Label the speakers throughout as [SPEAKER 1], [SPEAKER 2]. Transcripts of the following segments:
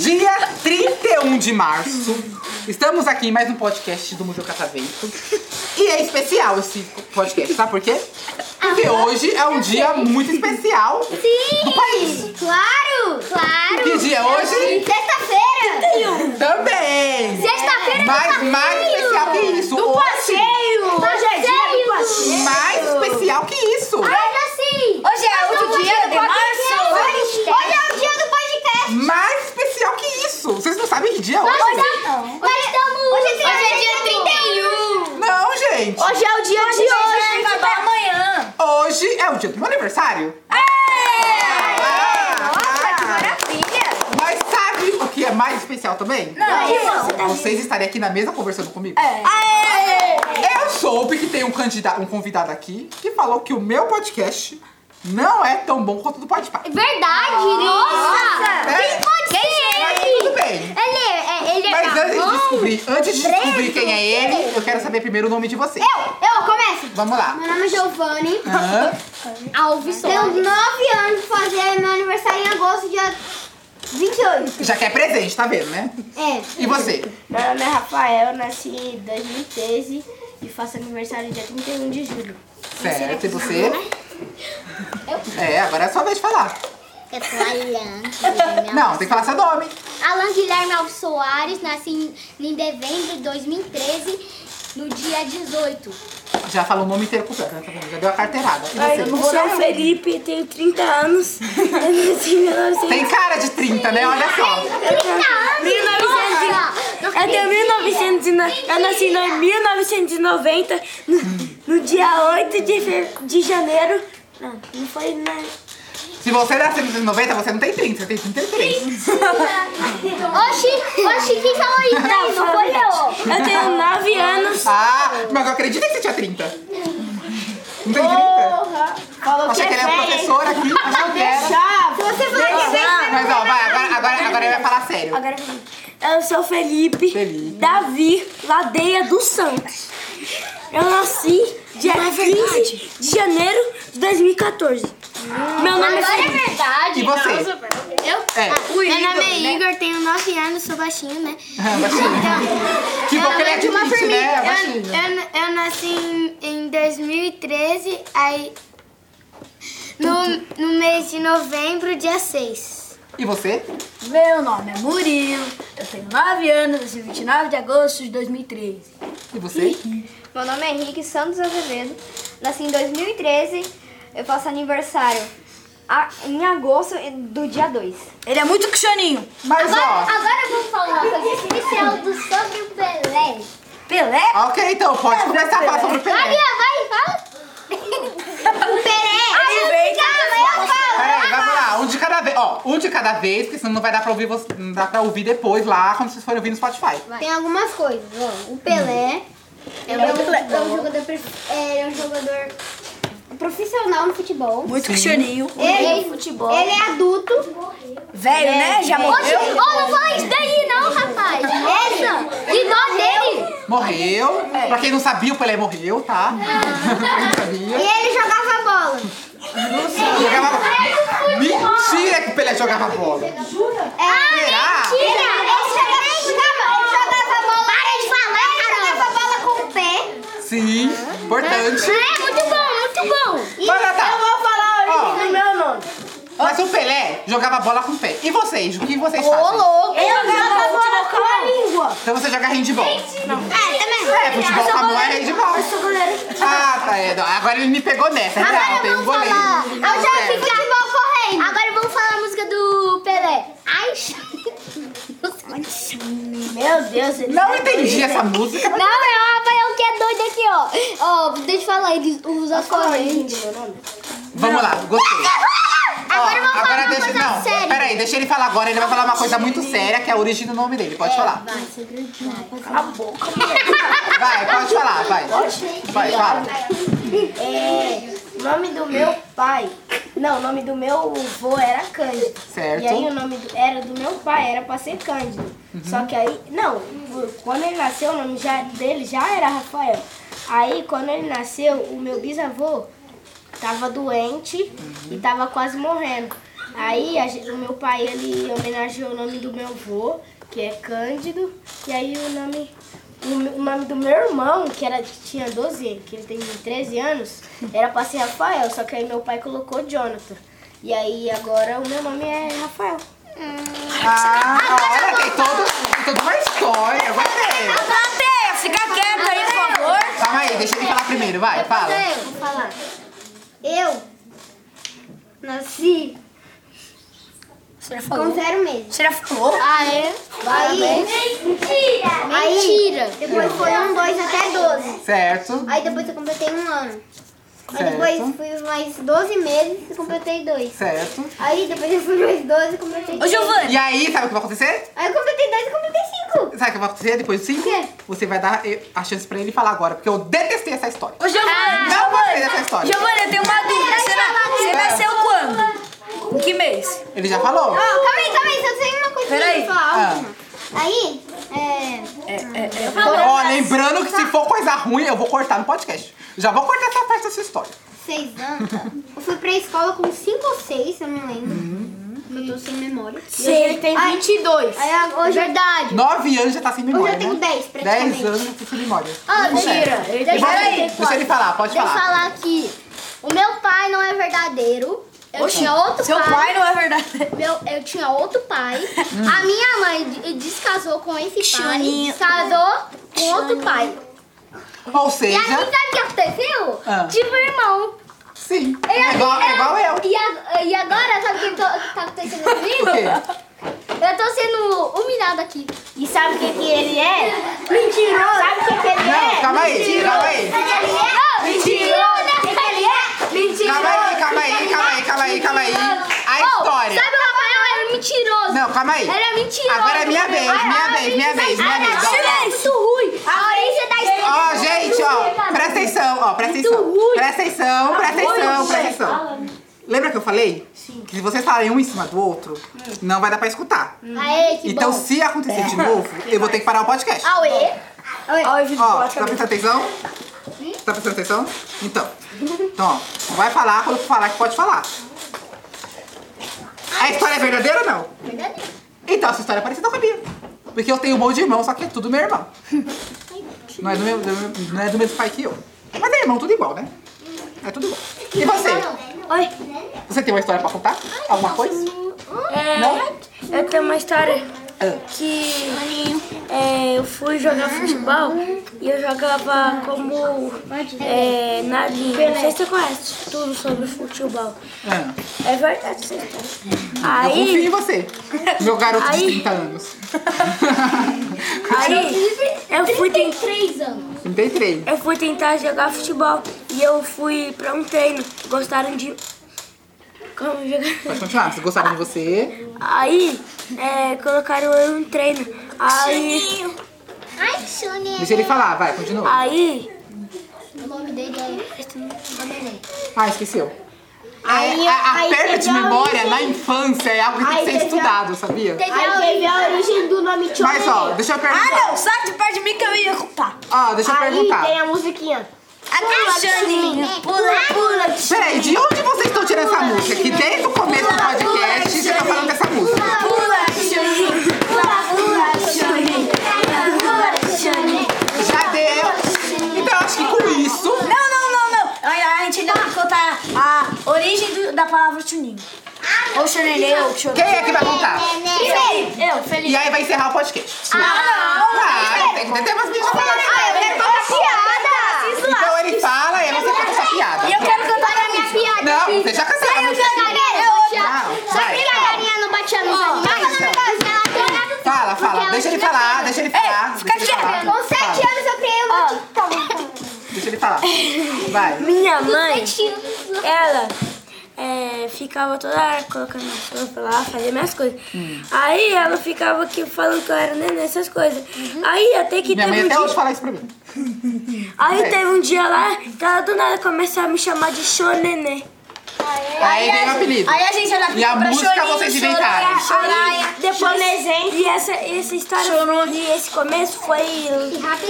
[SPEAKER 1] Dia 31 de março. Estamos aqui em mais um podcast do Museu Catavento. E é especial esse podcast, sabe por quê? Porque hoje é um dia muito especial
[SPEAKER 2] Sim!
[SPEAKER 1] do país.
[SPEAKER 2] Claro! Claro!
[SPEAKER 1] Que dia é hoje?
[SPEAKER 2] Sexta-feira!
[SPEAKER 1] Também!
[SPEAKER 2] Sexta-feira
[SPEAKER 1] Mas mais especial que isso. Hoje,
[SPEAKER 2] Hoje é dia do passeio!
[SPEAKER 1] mais especial que isso.
[SPEAKER 2] assim!
[SPEAKER 3] Hoje é
[SPEAKER 2] Mas
[SPEAKER 3] outro
[SPEAKER 2] não
[SPEAKER 3] dia
[SPEAKER 2] é
[SPEAKER 3] do
[SPEAKER 2] dia
[SPEAKER 3] março.
[SPEAKER 2] podcast. Hoje é o dia do podcast!
[SPEAKER 1] Mais especial que isso. Vocês não sabem que dia é hoje?
[SPEAKER 2] Nós, nós estamos... Hoje é dia 31!
[SPEAKER 1] Não, gente.
[SPEAKER 2] Hoje é o dia
[SPEAKER 3] Hoje já vai acabar amanhã.
[SPEAKER 1] Hoje é o dia do meu aniversário. Ah,
[SPEAKER 3] Nossa, que
[SPEAKER 1] ah.
[SPEAKER 3] maravilha.
[SPEAKER 1] Mas sabe o que é mais especial também?
[SPEAKER 3] Não,
[SPEAKER 2] Não.
[SPEAKER 1] Vocês estarem aqui na mesa conversando comigo?
[SPEAKER 3] Aê!
[SPEAKER 1] Eu soube que tem um candidato, um convidado aqui que falou que o meu podcast não é tão bom quanto o do Podpah.
[SPEAKER 2] Verdade! Nossa! Quem pode
[SPEAKER 1] Mas
[SPEAKER 2] ser
[SPEAKER 1] tudo
[SPEAKER 2] ele?
[SPEAKER 1] bem.
[SPEAKER 2] Ele é... Ele é
[SPEAKER 1] Mas antes de
[SPEAKER 2] marrom.
[SPEAKER 1] descobrir, antes de descobrir
[SPEAKER 2] Preto.
[SPEAKER 1] quem é ele, eu quero saber primeiro o nome de vocês.
[SPEAKER 2] Eu! Eu começo!
[SPEAKER 1] Vamos lá.
[SPEAKER 2] Meu nome é Giovanni.
[SPEAKER 1] Aham.
[SPEAKER 2] Alves Tenho 9 anos pra fazer meu aniversário em agosto, dia 28.
[SPEAKER 1] Já quer presente, tá vendo, né?
[SPEAKER 2] É.
[SPEAKER 1] E você?
[SPEAKER 4] Meu nome é Rafael, nasci em 2013 e faço aniversário dia 31 de julho.
[SPEAKER 1] Certo, e você? É, agora é sua vez de falar.
[SPEAKER 2] Eu sou Alan.
[SPEAKER 1] Não, tem que falar seu nome.
[SPEAKER 2] Alan Guilherme Alves Soares, nasci em, em dezembro de 2013, no dia 18.
[SPEAKER 1] Já falou o nome inteiro completo, né? Tá vendo? Já deu a carteirada. E
[SPEAKER 4] Ai,
[SPEAKER 1] você?
[SPEAKER 2] é
[SPEAKER 4] eu
[SPEAKER 3] é
[SPEAKER 2] um
[SPEAKER 4] sou o um
[SPEAKER 3] um
[SPEAKER 4] Felipe, tenho 30 anos, eu nasci em 1900
[SPEAKER 1] Tem cara de 30, né? Olha só.
[SPEAKER 2] 30 anos! É
[SPEAKER 4] 1900. Eu tenho 1900 e no- eu nasci em 1990, no, no dia 8 de, fe- de janeiro. Não, não foi né? na...
[SPEAKER 1] Se você nasceu nos anos 90, você não tem 30, você tem 33.
[SPEAKER 2] Oxi, oxi, quem falou isso? Não, não foi eu.
[SPEAKER 4] Eu tenho 9 anos.
[SPEAKER 1] Ah, mas eu acredito que você tinha 30. Não tem 30?
[SPEAKER 4] Falou
[SPEAKER 1] Achei que ele era professor aqui. Achei que é era. Ah,
[SPEAKER 2] Você falou que fez...
[SPEAKER 1] Mas ó, vai, agora, agora, agora ele vai falar sério.
[SPEAKER 4] Agora eu sou o Felipe,
[SPEAKER 1] Felipe.
[SPEAKER 4] Davi Ladeia dos Santos. Eu nasci dia
[SPEAKER 3] é
[SPEAKER 4] 15 de janeiro de 2014. Meu nome é
[SPEAKER 2] Agora é
[SPEAKER 4] Felipe.
[SPEAKER 2] verdade.
[SPEAKER 1] E você?
[SPEAKER 2] Eu?
[SPEAKER 1] É.
[SPEAKER 2] Meu nome é Igor, tenho 9 anos, sou baixinho, né?
[SPEAKER 1] Ah,
[SPEAKER 2] Então,
[SPEAKER 1] Que bom que ele é de uma né? É baixinho.
[SPEAKER 2] Eu, eu nasci em, em 2013, aí no, no mês de novembro, dia 6.
[SPEAKER 1] E você?
[SPEAKER 3] Meu nome é Murilo. Eu tenho 9 anos, nasci em 29 de agosto de 2013.
[SPEAKER 1] E você?
[SPEAKER 2] Meu nome é Henrique Santos Azevedo, nasci em 2013, eu faço aniversário em agosto do dia 2.
[SPEAKER 3] Ele é muito cuxaninho.
[SPEAKER 1] Mas ó.
[SPEAKER 2] agora eu vou falar uma coisa especial do sobre o Pelé.
[SPEAKER 3] Pelé?
[SPEAKER 1] Ok, então, pode começar a falar sobre o Pelé.
[SPEAKER 2] vai, fala. o Pelé.
[SPEAKER 3] Ele vem
[SPEAKER 2] Calma, eu falo.
[SPEAKER 1] Peraí, vai lá, um de cada vez. Ó, um de cada vez, porque senão não vai dar pra ouvir, você- não dá pra ouvir depois lá, quando vocês forem ouvir no Spotify.
[SPEAKER 2] Tem algumas coisas. ó. O Pelé é um, é um jogador, prof- é um jogador profissional no futebol.
[SPEAKER 3] Muito cuxaninho.
[SPEAKER 2] Ele, futebol. ele é adulto.
[SPEAKER 4] é
[SPEAKER 3] Velho, né? Já
[SPEAKER 2] Oxe,
[SPEAKER 3] morreu.
[SPEAKER 2] oh, não fala isso daí não, rapaz. Nossa, que dó dele.
[SPEAKER 1] Morreu. Pra quem não sabia, o Pelé morreu, tá? Não sabia.
[SPEAKER 2] ele jogava bola.
[SPEAKER 1] Jogava... Mentira que o Pelé jogava bola.
[SPEAKER 2] ah,
[SPEAKER 1] Será?
[SPEAKER 2] mentira. Ele jogava, ele jogava bola. Para de falar, Ele jogava bola com o pé.
[SPEAKER 1] Sim, importante.
[SPEAKER 2] É, muito bom, muito bom.
[SPEAKER 1] Mas, Natal, ó,
[SPEAKER 4] Fala meu nome.
[SPEAKER 1] mas o Pelé jogava bola com o pé. E vocês? O que vocês
[SPEAKER 2] Ô,
[SPEAKER 1] fazem?
[SPEAKER 2] louco.
[SPEAKER 4] Eu jogava um bola com a língua.
[SPEAKER 1] Então você joga handball.
[SPEAKER 2] É, também.
[SPEAKER 1] É, futebol com a mão é handball. Ah, tá. É, não. Agora ele me pegou nessa. É real, tem um goleiro.
[SPEAKER 2] Eu já vi futebol correndo. Agora vamos falar a música do Pelé. Ai,
[SPEAKER 4] Meu Deus, ele
[SPEAKER 1] Não entendi essa música.
[SPEAKER 2] Não,
[SPEAKER 1] mas-
[SPEAKER 2] é o Rafael que é doido aqui, ó. Ó, deixa eu falar, ele usa
[SPEAKER 1] Tá
[SPEAKER 2] as correntes.
[SPEAKER 1] Vamos lá, gostei. Ó,
[SPEAKER 2] Agora vamos falar uma
[SPEAKER 1] deixa,
[SPEAKER 2] coisa
[SPEAKER 1] não,
[SPEAKER 2] séria.
[SPEAKER 1] peraí, deixa ele falar agora, ele vai falar uma coisa muito séria, que é a origem do nome dele, pode falar.
[SPEAKER 4] cala a boca.
[SPEAKER 1] Vai, pode falar, vai. Vai, fala.
[SPEAKER 2] É,
[SPEAKER 4] O nome do meu pai... Não, o nome do meu avô era Cândido.
[SPEAKER 1] Certo.
[SPEAKER 4] E aí o nome do- era do meu pai, era pra ser Cândido. Só que aí... Não,
[SPEAKER 2] quando ele nasceu, o nome já- dele já era Rafael. Aí, quando ele nasceu, o meu bisavô tava doente e tava quase morrendo. Aí, a gen- o meu pai, ele homenageou o nome do meu avô, que é Cândido, e aí o nome... O me- o nome do meu irmão, que era, que tinha 12, anos, que ele tem 13 anos, era pra ser Rafael, só que aí meu pai colocou Jonathan. E aí agora o meu nome é Rafael.
[SPEAKER 1] Ah, olha, tem toda, tem toda uma história. Vai ver.
[SPEAKER 3] Plateia, fica quieta aí, por favor.
[SPEAKER 1] Calma aí, deixa ele falar primeiro, vai, fala.
[SPEAKER 2] Eu vou falar. Eu nasci
[SPEAKER 3] Você já
[SPEAKER 2] com
[SPEAKER 3] falou?
[SPEAKER 2] zero meses.
[SPEAKER 3] Você já falou?
[SPEAKER 2] Ah, é? Parabéns. Mentira! Mentira! depois foi um, dois até doze.
[SPEAKER 1] Certo,
[SPEAKER 2] Aí depois eu completei um ano. Aí depois
[SPEAKER 1] certo,
[SPEAKER 2] fui mais 12 meses e completei dois.
[SPEAKER 1] certo.
[SPEAKER 2] Aí depois eu fui mais 12 e completei
[SPEAKER 3] Ô,
[SPEAKER 2] dois.
[SPEAKER 3] Giovanni.
[SPEAKER 1] E aí, sabe o que vai acontecer?
[SPEAKER 2] Aí eu completei dois e completei cinco.
[SPEAKER 1] Sabe o que vai acontecer depois de cinco?
[SPEAKER 2] O quê?
[SPEAKER 1] Você vai dar eh, a chance pra ele falar agora, porque eu detestei essa história.
[SPEAKER 3] Ô, Giovanni.
[SPEAKER 1] Não gostei dessa história.
[SPEAKER 3] Giovanni, eu tenho uma dúvida. Você, na- você nasceu quando? Em que mês?
[SPEAKER 1] Ele já falou.
[SPEAKER 2] Ah, calma aí, calma aí, só tem uma coisa
[SPEAKER 3] Peraí.
[SPEAKER 2] pra falar.
[SPEAKER 1] Ah.
[SPEAKER 2] última. Aí, é...
[SPEAKER 3] É, é, é.
[SPEAKER 1] Ó, lembrando que se for
[SPEAKER 2] tá.
[SPEAKER 1] coisa ruim, eu vou cortar no podcast. Já vou cortar essa parte dessa história.
[SPEAKER 2] Seis anos. Eu fui pra escola com cinco ou seis, eu não lembro.
[SPEAKER 1] Uhum.
[SPEAKER 2] Eu tô sem memória.
[SPEAKER 4] Ele tem
[SPEAKER 2] Ai.
[SPEAKER 4] 22.
[SPEAKER 2] Aí, ag- hoje, Verdade.
[SPEAKER 1] Nove anos já tá sem memória.
[SPEAKER 2] tenho
[SPEAKER 1] né?
[SPEAKER 2] dez, praticamente.
[SPEAKER 1] Dez anos já tá sem memória.
[SPEAKER 2] Ah,
[SPEAKER 1] Não serve.
[SPEAKER 4] mentira. Ele
[SPEAKER 2] Deixa,
[SPEAKER 1] Vai,
[SPEAKER 2] eu-
[SPEAKER 1] deixa ele falar, pode
[SPEAKER 2] deixa eu
[SPEAKER 1] falar.
[SPEAKER 2] falar aqui. O meu pai não é verdadeiro. Eu tinha outro
[SPEAKER 3] Seu pai não é verdade.
[SPEAKER 2] Meu, eu tinha outro pai.
[SPEAKER 1] Hum.
[SPEAKER 2] A minha mãe de- descasou com esse pai.
[SPEAKER 3] Chuninho.
[SPEAKER 2] Descasou com outro pai.
[SPEAKER 1] Ou
[SPEAKER 2] E aí, então? sabe
[SPEAKER 1] seja,
[SPEAKER 2] o que aconteceu?
[SPEAKER 1] Ah.
[SPEAKER 2] Tive um irmão.
[SPEAKER 1] sim.
[SPEAKER 2] E
[SPEAKER 1] É
[SPEAKER 2] aí,
[SPEAKER 1] igual, é igual eu.
[SPEAKER 2] E, a- e agora, sabe o que to- tá acontecendo
[SPEAKER 1] O
[SPEAKER 2] comigo?
[SPEAKER 1] quê?
[SPEAKER 2] Eu tô sendo humilhada aqui. E sabe o que, que ele é? Mentiroso. Sabe o que, que ele é?
[SPEAKER 1] Não, calma aí, calma aí.
[SPEAKER 2] Sabe o que ele é? Mentiroso. Sabe o que ele é? Mentiroso.
[SPEAKER 1] Calma aí, calma aí, calma aí, calma aí, calma aí. A
[SPEAKER 2] Oh,
[SPEAKER 1] história.
[SPEAKER 2] Sabe o Rafael era mentiroso.
[SPEAKER 1] Não, calma aí.
[SPEAKER 2] Era mentiroso.
[SPEAKER 1] Agora é minha vez, minha
[SPEAKER 2] Ai,
[SPEAKER 1] vez, minha
[SPEAKER 2] ai,
[SPEAKER 1] vez, minha
[SPEAKER 2] ai,
[SPEAKER 1] vez.
[SPEAKER 3] É,
[SPEAKER 2] ai,
[SPEAKER 1] Dá,
[SPEAKER 2] ai, Muito ruim. A origem da história.
[SPEAKER 1] Ó, gente, ó, presta atenção, ó, presta atenção. Presta atenção, presta atenção, presta atenção. Lembra que eu falei? né? Sim. Que se vocês falarem um em cima do outro, não vai dar pra escutar.
[SPEAKER 2] Aê, que
[SPEAKER 1] Então,
[SPEAKER 2] bom.
[SPEAKER 1] se acontecer de novo, eu vou ter que Ah, parar o podcast.
[SPEAKER 2] Aê.
[SPEAKER 4] Olha o vídeo
[SPEAKER 1] Ó,
[SPEAKER 4] do
[SPEAKER 1] tá prestando atenção? Tá prestando atenção? Então. Então, ó, vai falar quando falar que pode falar. A história é verdadeira ou não?
[SPEAKER 2] Verdadeiro.
[SPEAKER 1] Então, essa história é parecida com a minha. Porque eu tenho um monte de irmão, só que é tudo meu irmão. Não é do mesmo, do- não é do mesmo pai que eu. Mas é irmão, tudo igual, né? É tudo igual. E você?
[SPEAKER 2] Oi.
[SPEAKER 1] Você tem uma história pra contar? Alguma coisa?
[SPEAKER 4] É, eu tenho uma história que é, eu fui jogar futebol e eu jogava como é, na linha. Não sei se você conhece tudo sobre futebol.
[SPEAKER 1] Ah,
[SPEAKER 4] É verdade, você sabe.
[SPEAKER 1] eu confio
[SPEAKER 4] Aí,
[SPEAKER 1] em você, meu garoto de
[SPEAKER 4] Aí.
[SPEAKER 1] 30 anos.
[SPEAKER 4] aí eu fui tentar.
[SPEAKER 2] Três anos.
[SPEAKER 1] 33.
[SPEAKER 4] Eu fui tentar jogar futebol e eu fui pra um treino. Gostaram de. Como
[SPEAKER 1] Pode
[SPEAKER 4] jogar?
[SPEAKER 1] continuar, se gostaram de você.
[SPEAKER 4] Aí, é, colocaram eu em um treino. Aí,
[SPEAKER 2] Ai, Sônia.
[SPEAKER 1] Deixa ele falar, vai, continua.
[SPEAKER 4] aí,
[SPEAKER 2] O nome dele é...
[SPEAKER 1] Ah, esqueceu. A, a- a
[SPEAKER 2] aí
[SPEAKER 1] perda de
[SPEAKER 2] teve a
[SPEAKER 1] memória
[SPEAKER 2] origem.
[SPEAKER 1] na infância é algo que tem
[SPEAKER 2] Aí
[SPEAKER 1] que ser
[SPEAKER 2] teve a-
[SPEAKER 1] estudado, sabia?
[SPEAKER 2] Aí teve a origem do nome Tio
[SPEAKER 1] Mas ó, deixa eu
[SPEAKER 3] Ah,
[SPEAKER 1] perguntar.
[SPEAKER 3] não. Sai de perto de mim que eu ia culpar.
[SPEAKER 1] Ó, deixa eu perguntar.
[SPEAKER 2] a musiquinha.
[SPEAKER 3] Aqui, Janinho. Pula, pula.
[SPEAKER 1] Peraí, de onde vocês estão tirando essa música? Que desde o começo do podcast você tá falando dessa música.
[SPEAKER 3] Pula, Xanin. Pula, pula, Xanin. Pula, pula, Xanin.
[SPEAKER 1] Já deu. Então eu acho que com isso.
[SPEAKER 3] Não, não, não, não. A, a gente ainda vai contar a origem do- da palavra chuninho. Ou chonenê, ou chonenê.
[SPEAKER 1] Ah, Quem é que vai contar?
[SPEAKER 3] Eu, Felipe.
[SPEAKER 1] E aí vai encerrar o podcast.
[SPEAKER 3] Ah,
[SPEAKER 1] Ah, tem que ter umas bichas falando. né?
[SPEAKER 2] piada.
[SPEAKER 1] Então ele fala e aí você conta essa
[SPEAKER 3] não. E
[SPEAKER 1] piada.
[SPEAKER 3] eu quero cantar
[SPEAKER 2] Para minha piada.
[SPEAKER 1] Não, você já cansou.
[SPEAKER 2] Saiu canarinha,
[SPEAKER 1] Não,
[SPEAKER 2] Só
[SPEAKER 1] vai,
[SPEAKER 2] que a
[SPEAKER 1] fala.
[SPEAKER 2] canarinha não batia nos animais.
[SPEAKER 1] Fala, fala. Deixa ele falar, deixa ele falar.
[SPEAKER 3] fica
[SPEAKER 1] deixa ele
[SPEAKER 3] quieto.
[SPEAKER 1] falar.
[SPEAKER 2] Com sete anos eu criei um
[SPEAKER 1] Deixa ele falar. Vai.
[SPEAKER 4] minha mãe,
[SPEAKER 2] tio.
[SPEAKER 4] ela é, ficava toda hora colocando minhas coisas pra lá, fazer minhas coisas.
[SPEAKER 1] Hum.
[SPEAKER 4] Aí ela ficava aqui falando que eu era neném, essas coisas.
[SPEAKER 3] Uhum.
[SPEAKER 4] Aí até que
[SPEAKER 1] Minha
[SPEAKER 4] teve
[SPEAKER 1] mãe
[SPEAKER 4] um
[SPEAKER 1] até
[SPEAKER 4] dia.
[SPEAKER 1] hoje fala isso pra mim.
[SPEAKER 4] Aí
[SPEAKER 1] É.
[SPEAKER 4] teve um dia lá que ela do nada começou a me chamar de Shonenê.
[SPEAKER 1] Aí veio o apelido.
[SPEAKER 3] Aí a gente adaptou
[SPEAKER 1] E a
[SPEAKER 3] pra
[SPEAKER 1] música
[SPEAKER 3] Chorinho,
[SPEAKER 1] vocês inventaram.
[SPEAKER 3] Chorinha, Chorinha.
[SPEAKER 4] Depois e essa, essa história e esse começo foi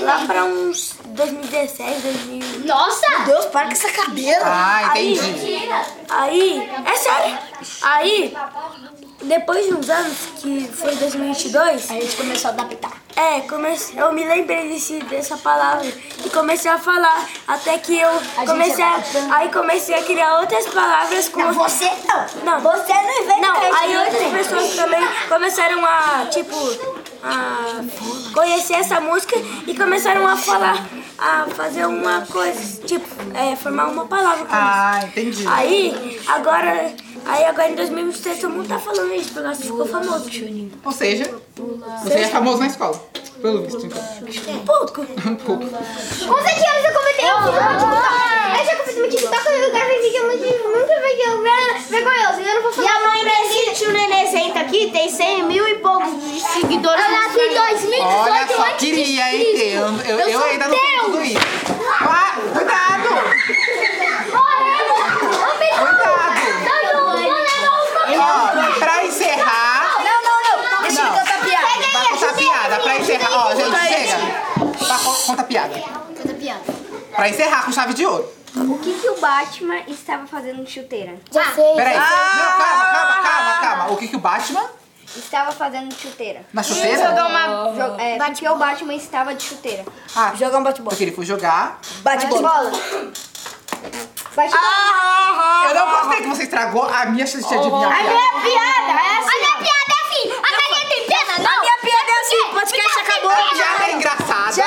[SPEAKER 4] lá pra uns 2016, 2000.
[SPEAKER 5] Nossa!
[SPEAKER 3] Deus, para com essa cadeira.
[SPEAKER 1] Ah, entendi.
[SPEAKER 4] Aí, é sério. Aí, depois de uns anos, que foi 2022,
[SPEAKER 3] A gente começou a adaptar.
[SPEAKER 4] é, comecei, eu me lembrei desse, dessa palavra e comecei a falar. Até que eu comecei a, aí comecei a criar outras palavras com
[SPEAKER 3] Não, você não.
[SPEAKER 4] Não.
[SPEAKER 3] Você não inventa
[SPEAKER 4] Não,
[SPEAKER 3] que a gente
[SPEAKER 4] aí outras
[SPEAKER 3] inventa.
[SPEAKER 4] pessoas também começaram a, tipo, a conhecer essa música e começaram a falar, a fazer uma coisa, tipo, é, formar uma palavra com
[SPEAKER 1] Ah, entendi.
[SPEAKER 4] isso. Aí, agora, aí agora em 2023 todo mundo tá falando isso, porque nós ficou famoso.
[SPEAKER 1] Ou seja, você é famoso na escola. Pelo visto, então.
[SPEAKER 4] Um pouco.
[SPEAKER 1] Um pouco.
[SPEAKER 5] Com 7 anos eu comecei, eu fiz meu TikTok. Eu já comecei meu TikTok, eu gravei vídeo muito, muito vergonhoso, vergonhoso. Eu não vou falar. E a mãe desse tio Nenezento um aqui tem 100 mil e poucos seguidores. Ela tem 2018
[SPEAKER 1] Olha só,
[SPEAKER 5] antes de
[SPEAKER 1] queria, hein, ter. Eu, eu, eu
[SPEAKER 5] sou
[SPEAKER 1] ainda não tenho
[SPEAKER 5] Deus.
[SPEAKER 1] tudo isso. Ah, cuidado! Cuidado!
[SPEAKER 2] é
[SPEAKER 1] Ó, pra encerrar...
[SPEAKER 3] Não, não, não. Deixa
[SPEAKER 1] Não.
[SPEAKER 3] ele cantar piada.
[SPEAKER 2] é
[SPEAKER 1] Pra contar piada, pra encerrar. Ó, gente, chega. Pra co- conta piada. Pra encerrar com chave de ouro.
[SPEAKER 5] O que, que o Batman estava fazendo no chuteira?
[SPEAKER 2] Já sei.
[SPEAKER 1] Peraí. Não, calma, calma, calma, calma. O que que o Batman?
[SPEAKER 5] Estava fazendo de chuteira.
[SPEAKER 1] Na chuteira?
[SPEAKER 5] Uma, jo- é, porque o Batman estava de chuteira.
[SPEAKER 1] Ah,
[SPEAKER 3] Jogar um bate-bola.
[SPEAKER 1] porque ele foi jogar.
[SPEAKER 3] Bate-bola.
[SPEAKER 5] Bola. Bate-bola.
[SPEAKER 1] Eu não gostei que você estragou a minha chance de adivinhar. a piada.
[SPEAKER 5] piada é assim. A minha piada é assim. A galinha tem pena, não?
[SPEAKER 3] Minha piada é assim, o podcast acabou.
[SPEAKER 1] Piada é engraçada.